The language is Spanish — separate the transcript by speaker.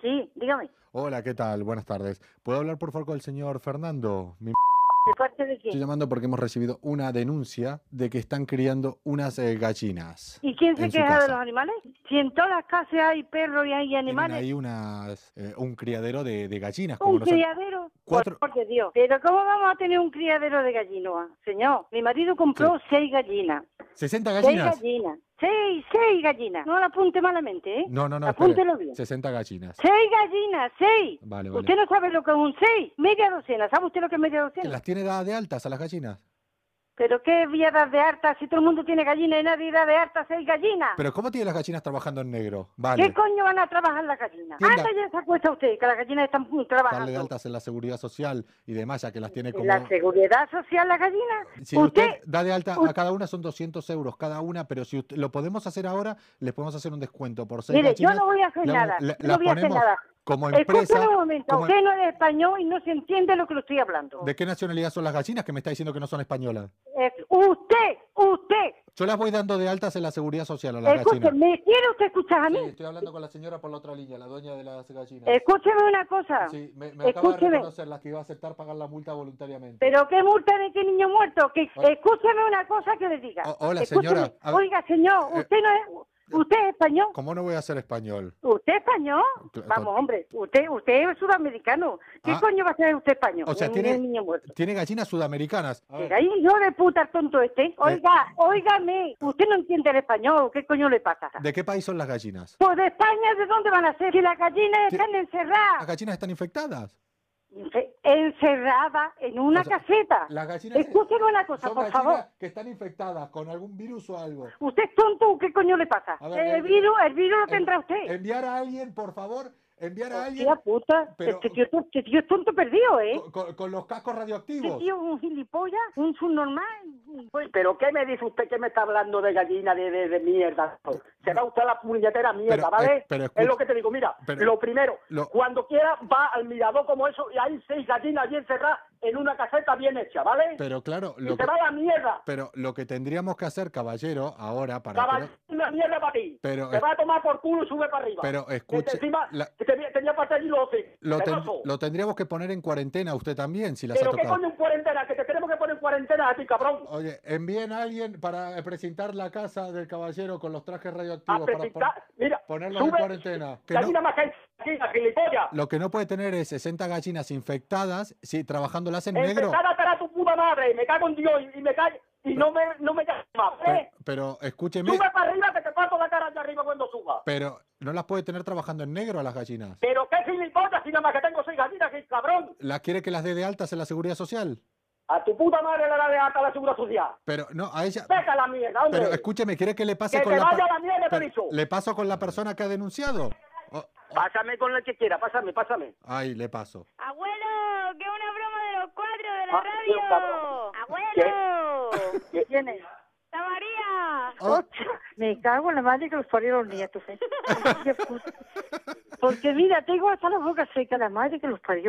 Speaker 1: Sí, dígame.
Speaker 2: Hola, ¿qué tal? Buenas tardes. ¿Puedo hablar por favor con el señor Fernando? Mi-
Speaker 1: ¿De parte de
Speaker 2: Estoy
Speaker 1: quién?
Speaker 2: llamando porque hemos recibido una denuncia de que están criando unas eh, gallinas.
Speaker 1: ¿Y quién se
Speaker 2: en su
Speaker 1: queja de
Speaker 2: casa.
Speaker 1: los animales? Si en todas las casas hay perros y hay
Speaker 2: Tienen
Speaker 1: animales,
Speaker 2: ahí unas, eh, un criadero de, de gallinas. como
Speaker 1: un
Speaker 2: nos han-
Speaker 1: criadero.
Speaker 2: Cuatro-
Speaker 1: Por favor de Dios. Pero ¿cómo vamos a tener un criadero de gallinoa? Señor, mi marido compró seis gallinas.
Speaker 2: 60
Speaker 1: Seis
Speaker 2: gallinas.
Speaker 1: gallinas. Seis, seis gallinas. No la apunte malamente, ¿eh?
Speaker 2: No, no, no. espere.
Speaker 1: Apúntelo bien.
Speaker 2: 60 gallinas.
Speaker 1: Seis gallinas, seis.
Speaker 2: Vale, vale.
Speaker 1: Usted no sabe lo que es un seis. Media docena. ¿Sabe usted lo que es media
Speaker 2: ¿Que
Speaker 1: docena?
Speaker 2: ¿Las tiene dadas de altas a las gallinas?
Speaker 1: Pero qué viadas de harta si todo el mundo tiene gallinas y nadie da de harta seis gallinas.
Speaker 2: ¿Pero cómo tiene las gallinas trabajando en negro? Vale.
Speaker 1: Ah. ¿Qué coño van a trabajar las gallinas?
Speaker 2: Tienda.
Speaker 1: Anda ya se acuesta usted, que las gallinas están mm,
Speaker 2: Darle de
Speaker 1: trabajando.
Speaker 2: altas en la seguridad social y demás, ya que las tiene
Speaker 1: ¿En
Speaker 2: como...
Speaker 1: ¿La seguridad social las gallinas?
Speaker 2: Si usted,
Speaker 1: usted,
Speaker 2: da de alta a
Speaker 1: u-
Speaker 2: cada una son 200 euros cada una, pero si usted- lo podemos hacer ahora, les podemos hacer un descuento por seis
Speaker 1: mire, yo
Speaker 2: gallinas,
Speaker 1: no voy a hacer
Speaker 2: la-
Speaker 1: nada.
Speaker 2: la-
Speaker 1: yo no
Speaker 2: las
Speaker 1: voy a hacer
Speaker 2: ponemos
Speaker 1: nada.
Speaker 2: Como empresa,
Speaker 1: Escúchame un momento,
Speaker 2: como- em,
Speaker 1: usted no es español y no se entiende lo que le estoy hablando.
Speaker 2: ¿de qué nacionalidad son las gallinas que me está diciendo que no son españolas?
Speaker 1: Es usted, usted.
Speaker 2: Yo las voy dando de altas en la seguridad social a las
Speaker 1: Escúcheme,
Speaker 2: gallinas.
Speaker 1: ¿me quiere usted escuchar a
Speaker 2: Sí,
Speaker 1: mí?
Speaker 2: estoy hablando con la señora por la otra línea, la dueña de las gallinas.
Speaker 1: Escúcheme una cosa.
Speaker 2: Sí, me, me acaba de
Speaker 1: escúcheme.
Speaker 2: reconocer las que iba a aceptar pagar la multa voluntariamente.
Speaker 1: Pero qué multa de qué niño muerto. Que,
Speaker 2: Hola.
Speaker 1: escúcheme una cosa que le diga.
Speaker 2: O- hola,
Speaker 1: Escúcheme.
Speaker 2: señora. A ver.
Speaker 1: Oiga, señor,
Speaker 2: Eh,
Speaker 1: usted no es, usted es español.
Speaker 2: ¿Cómo no voy a ser español?
Speaker 1: ¿Usted es español?
Speaker 2: Claro.
Speaker 1: Vamos, hombre, usted usted es sudamericano. ¿Qué
Speaker 2: Ah.
Speaker 1: coño va a ser usted español?
Speaker 2: O sea,
Speaker 1: Un-
Speaker 2: tiene- Ah.
Speaker 1: un niño muerto.
Speaker 2: Tiene gallinas sudamericanas. A ver,
Speaker 1: Ahí yo de puta el tonto
Speaker 2: Eh.
Speaker 1: este. Oiga, óigame, usted no entiende el español, ¿qué coño le pasa?
Speaker 2: ¿De qué país son las gallinas?
Speaker 1: Pues de España, ¿de dónde van a ser? Si las gallinas
Speaker 2: Ti-
Speaker 1: están
Speaker 2: ¿Las
Speaker 1: encerradas,
Speaker 2: gallinas están infectadas?
Speaker 1: Enfe- encerradas en una
Speaker 2: O sea,
Speaker 1: caseta.
Speaker 2: Las gallinas...
Speaker 1: Escúcheme una cosa,
Speaker 2: Son
Speaker 1: por
Speaker 2: gallinas
Speaker 1: favor.
Speaker 2: que están infectadas con algún virus o algo.
Speaker 1: ¿Usted es tonto o qué coño le pasa?
Speaker 2: A ver, eh,
Speaker 1: el, virus, el virus lo
Speaker 2: En-
Speaker 1: tendrá usted.
Speaker 2: Enviar a alguien, por favor, enviar
Speaker 3: Pues
Speaker 2: a alguien
Speaker 1: Hostia puta,
Speaker 2: pero-
Speaker 1: este, tío, este tío es tonto perdido, ¿eh?
Speaker 2: co- con, con los cascos
Speaker 1: Este
Speaker 2: radioactivos.
Speaker 1: tío es un gilipollas, un subnormal. un-
Speaker 3: Uy, ¿Pero qué me dice usted que me está hablando de gallina de, de, de mierda? Se va usted a la puñetera mierda,
Speaker 2: Pero,
Speaker 3: ¿vale?
Speaker 2: eh, pero escucha-
Speaker 3: es lo que te digo, mira,
Speaker 2: pero-
Speaker 3: lo primero,
Speaker 2: lo-
Speaker 3: cuando quiera va al mirador como eso y hay seis gallinas bien cerradas en una caseta bien hecha, ¿vale?
Speaker 2: Pero claro,
Speaker 3: Y
Speaker 2: lo
Speaker 3: se
Speaker 2: que,
Speaker 3: va a la mierda,
Speaker 2: pero lo que tendríamos que hacer, caballero, ahora para... que no-
Speaker 3: caballero, una mierda para ti.
Speaker 2: Pero,
Speaker 3: te
Speaker 2: eh,
Speaker 3: va a tomar por culo y sube para arriba.
Speaker 2: pero
Speaker 3: Desde
Speaker 2: escuche,
Speaker 3: encima,
Speaker 2: la-
Speaker 3: que tenía, tenía parte de los hijos,
Speaker 2: lo, ten-
Speaker 3: celoso.
Speaker 2: lo tendríamos que poner en cuarentena usted también, si las ha
Speaker 3: Pero qué
Speaker 2: tocado.
Speaker 3: coño en cuarentena, que te tenemos que poner en cuarentena a ti, cabrón.
Speaker 2: Oye, envíen a alguien para eh, presentar la casa del caballero con los trajes
Speaker 3: A
Speaker 2: radioactivos. Para
Speaker 3: Ah, presentar,
Speaker 2: pon-
Speaker 3: mira,
Speaker 2: ponerlos en
Speaker 3: sube,
Speaker 2: cuarentena, que no-
Speaker 3: gallina más que gallina, gilipollas.
Speaker 2: Lo que no puede tener es 60 gallinas infectadas, sí, trabajándolas en negro.
Speaker 3: Empezar a atar a tu puta madre, me cago en Dios y, y me cae y no me, no me llames más,
Speaker 2: Pero,
Speaker 3: ¿eh?
Speaker 2: pero escúcheme,
Speaker 3: Sube para arriba que te parto la cara de arriba cuando suba.
Speaker 2: pero no las puede tener trabajando en negro a las gallinas.
Speaker 3: Pero qué gilipollas si nada más que tengo seis gallinas, que cabrón.
Speaker 2: ¿Las quiere que las dé de altas en la seguridad social?
Speaker 3: A tu puta madre la de alta la seguridad social.
Speaker 2: Pero no, a ella.
Speaker 3: Vete a la mierda, hombre.
Speaker 2: Pero escúcheme, ¿quiere que le pase
Speaker 3: Que
Speaker 2: con
Speaker 3: te
Speaker 2: la.
Speaker 3: vaya a la mierda, te he
Speaker 2: pero-
Speaker 3: dicho.
Speaker 2: ¿Le paso con la persona que ha denunciado? Oh,
Speaker 3: Pásame con el que quiera, pásame, pásame.
Speaker 2: ay, le paso.
Speaker 4: Abuelo, que una broma de los cuatro de la
Speaker 3: Ah, sí, un cabrón.
Speaker 4: radio. Abuelo,
Speaker 1: ¿Quién es?
Speaker 4: la María.
Speaker 2: Oh,
Speaker 1: Me cago en la madre que los parieron los nietos. ¿eh? Porque mira, tengo hasta la boca seca la madre que los parió.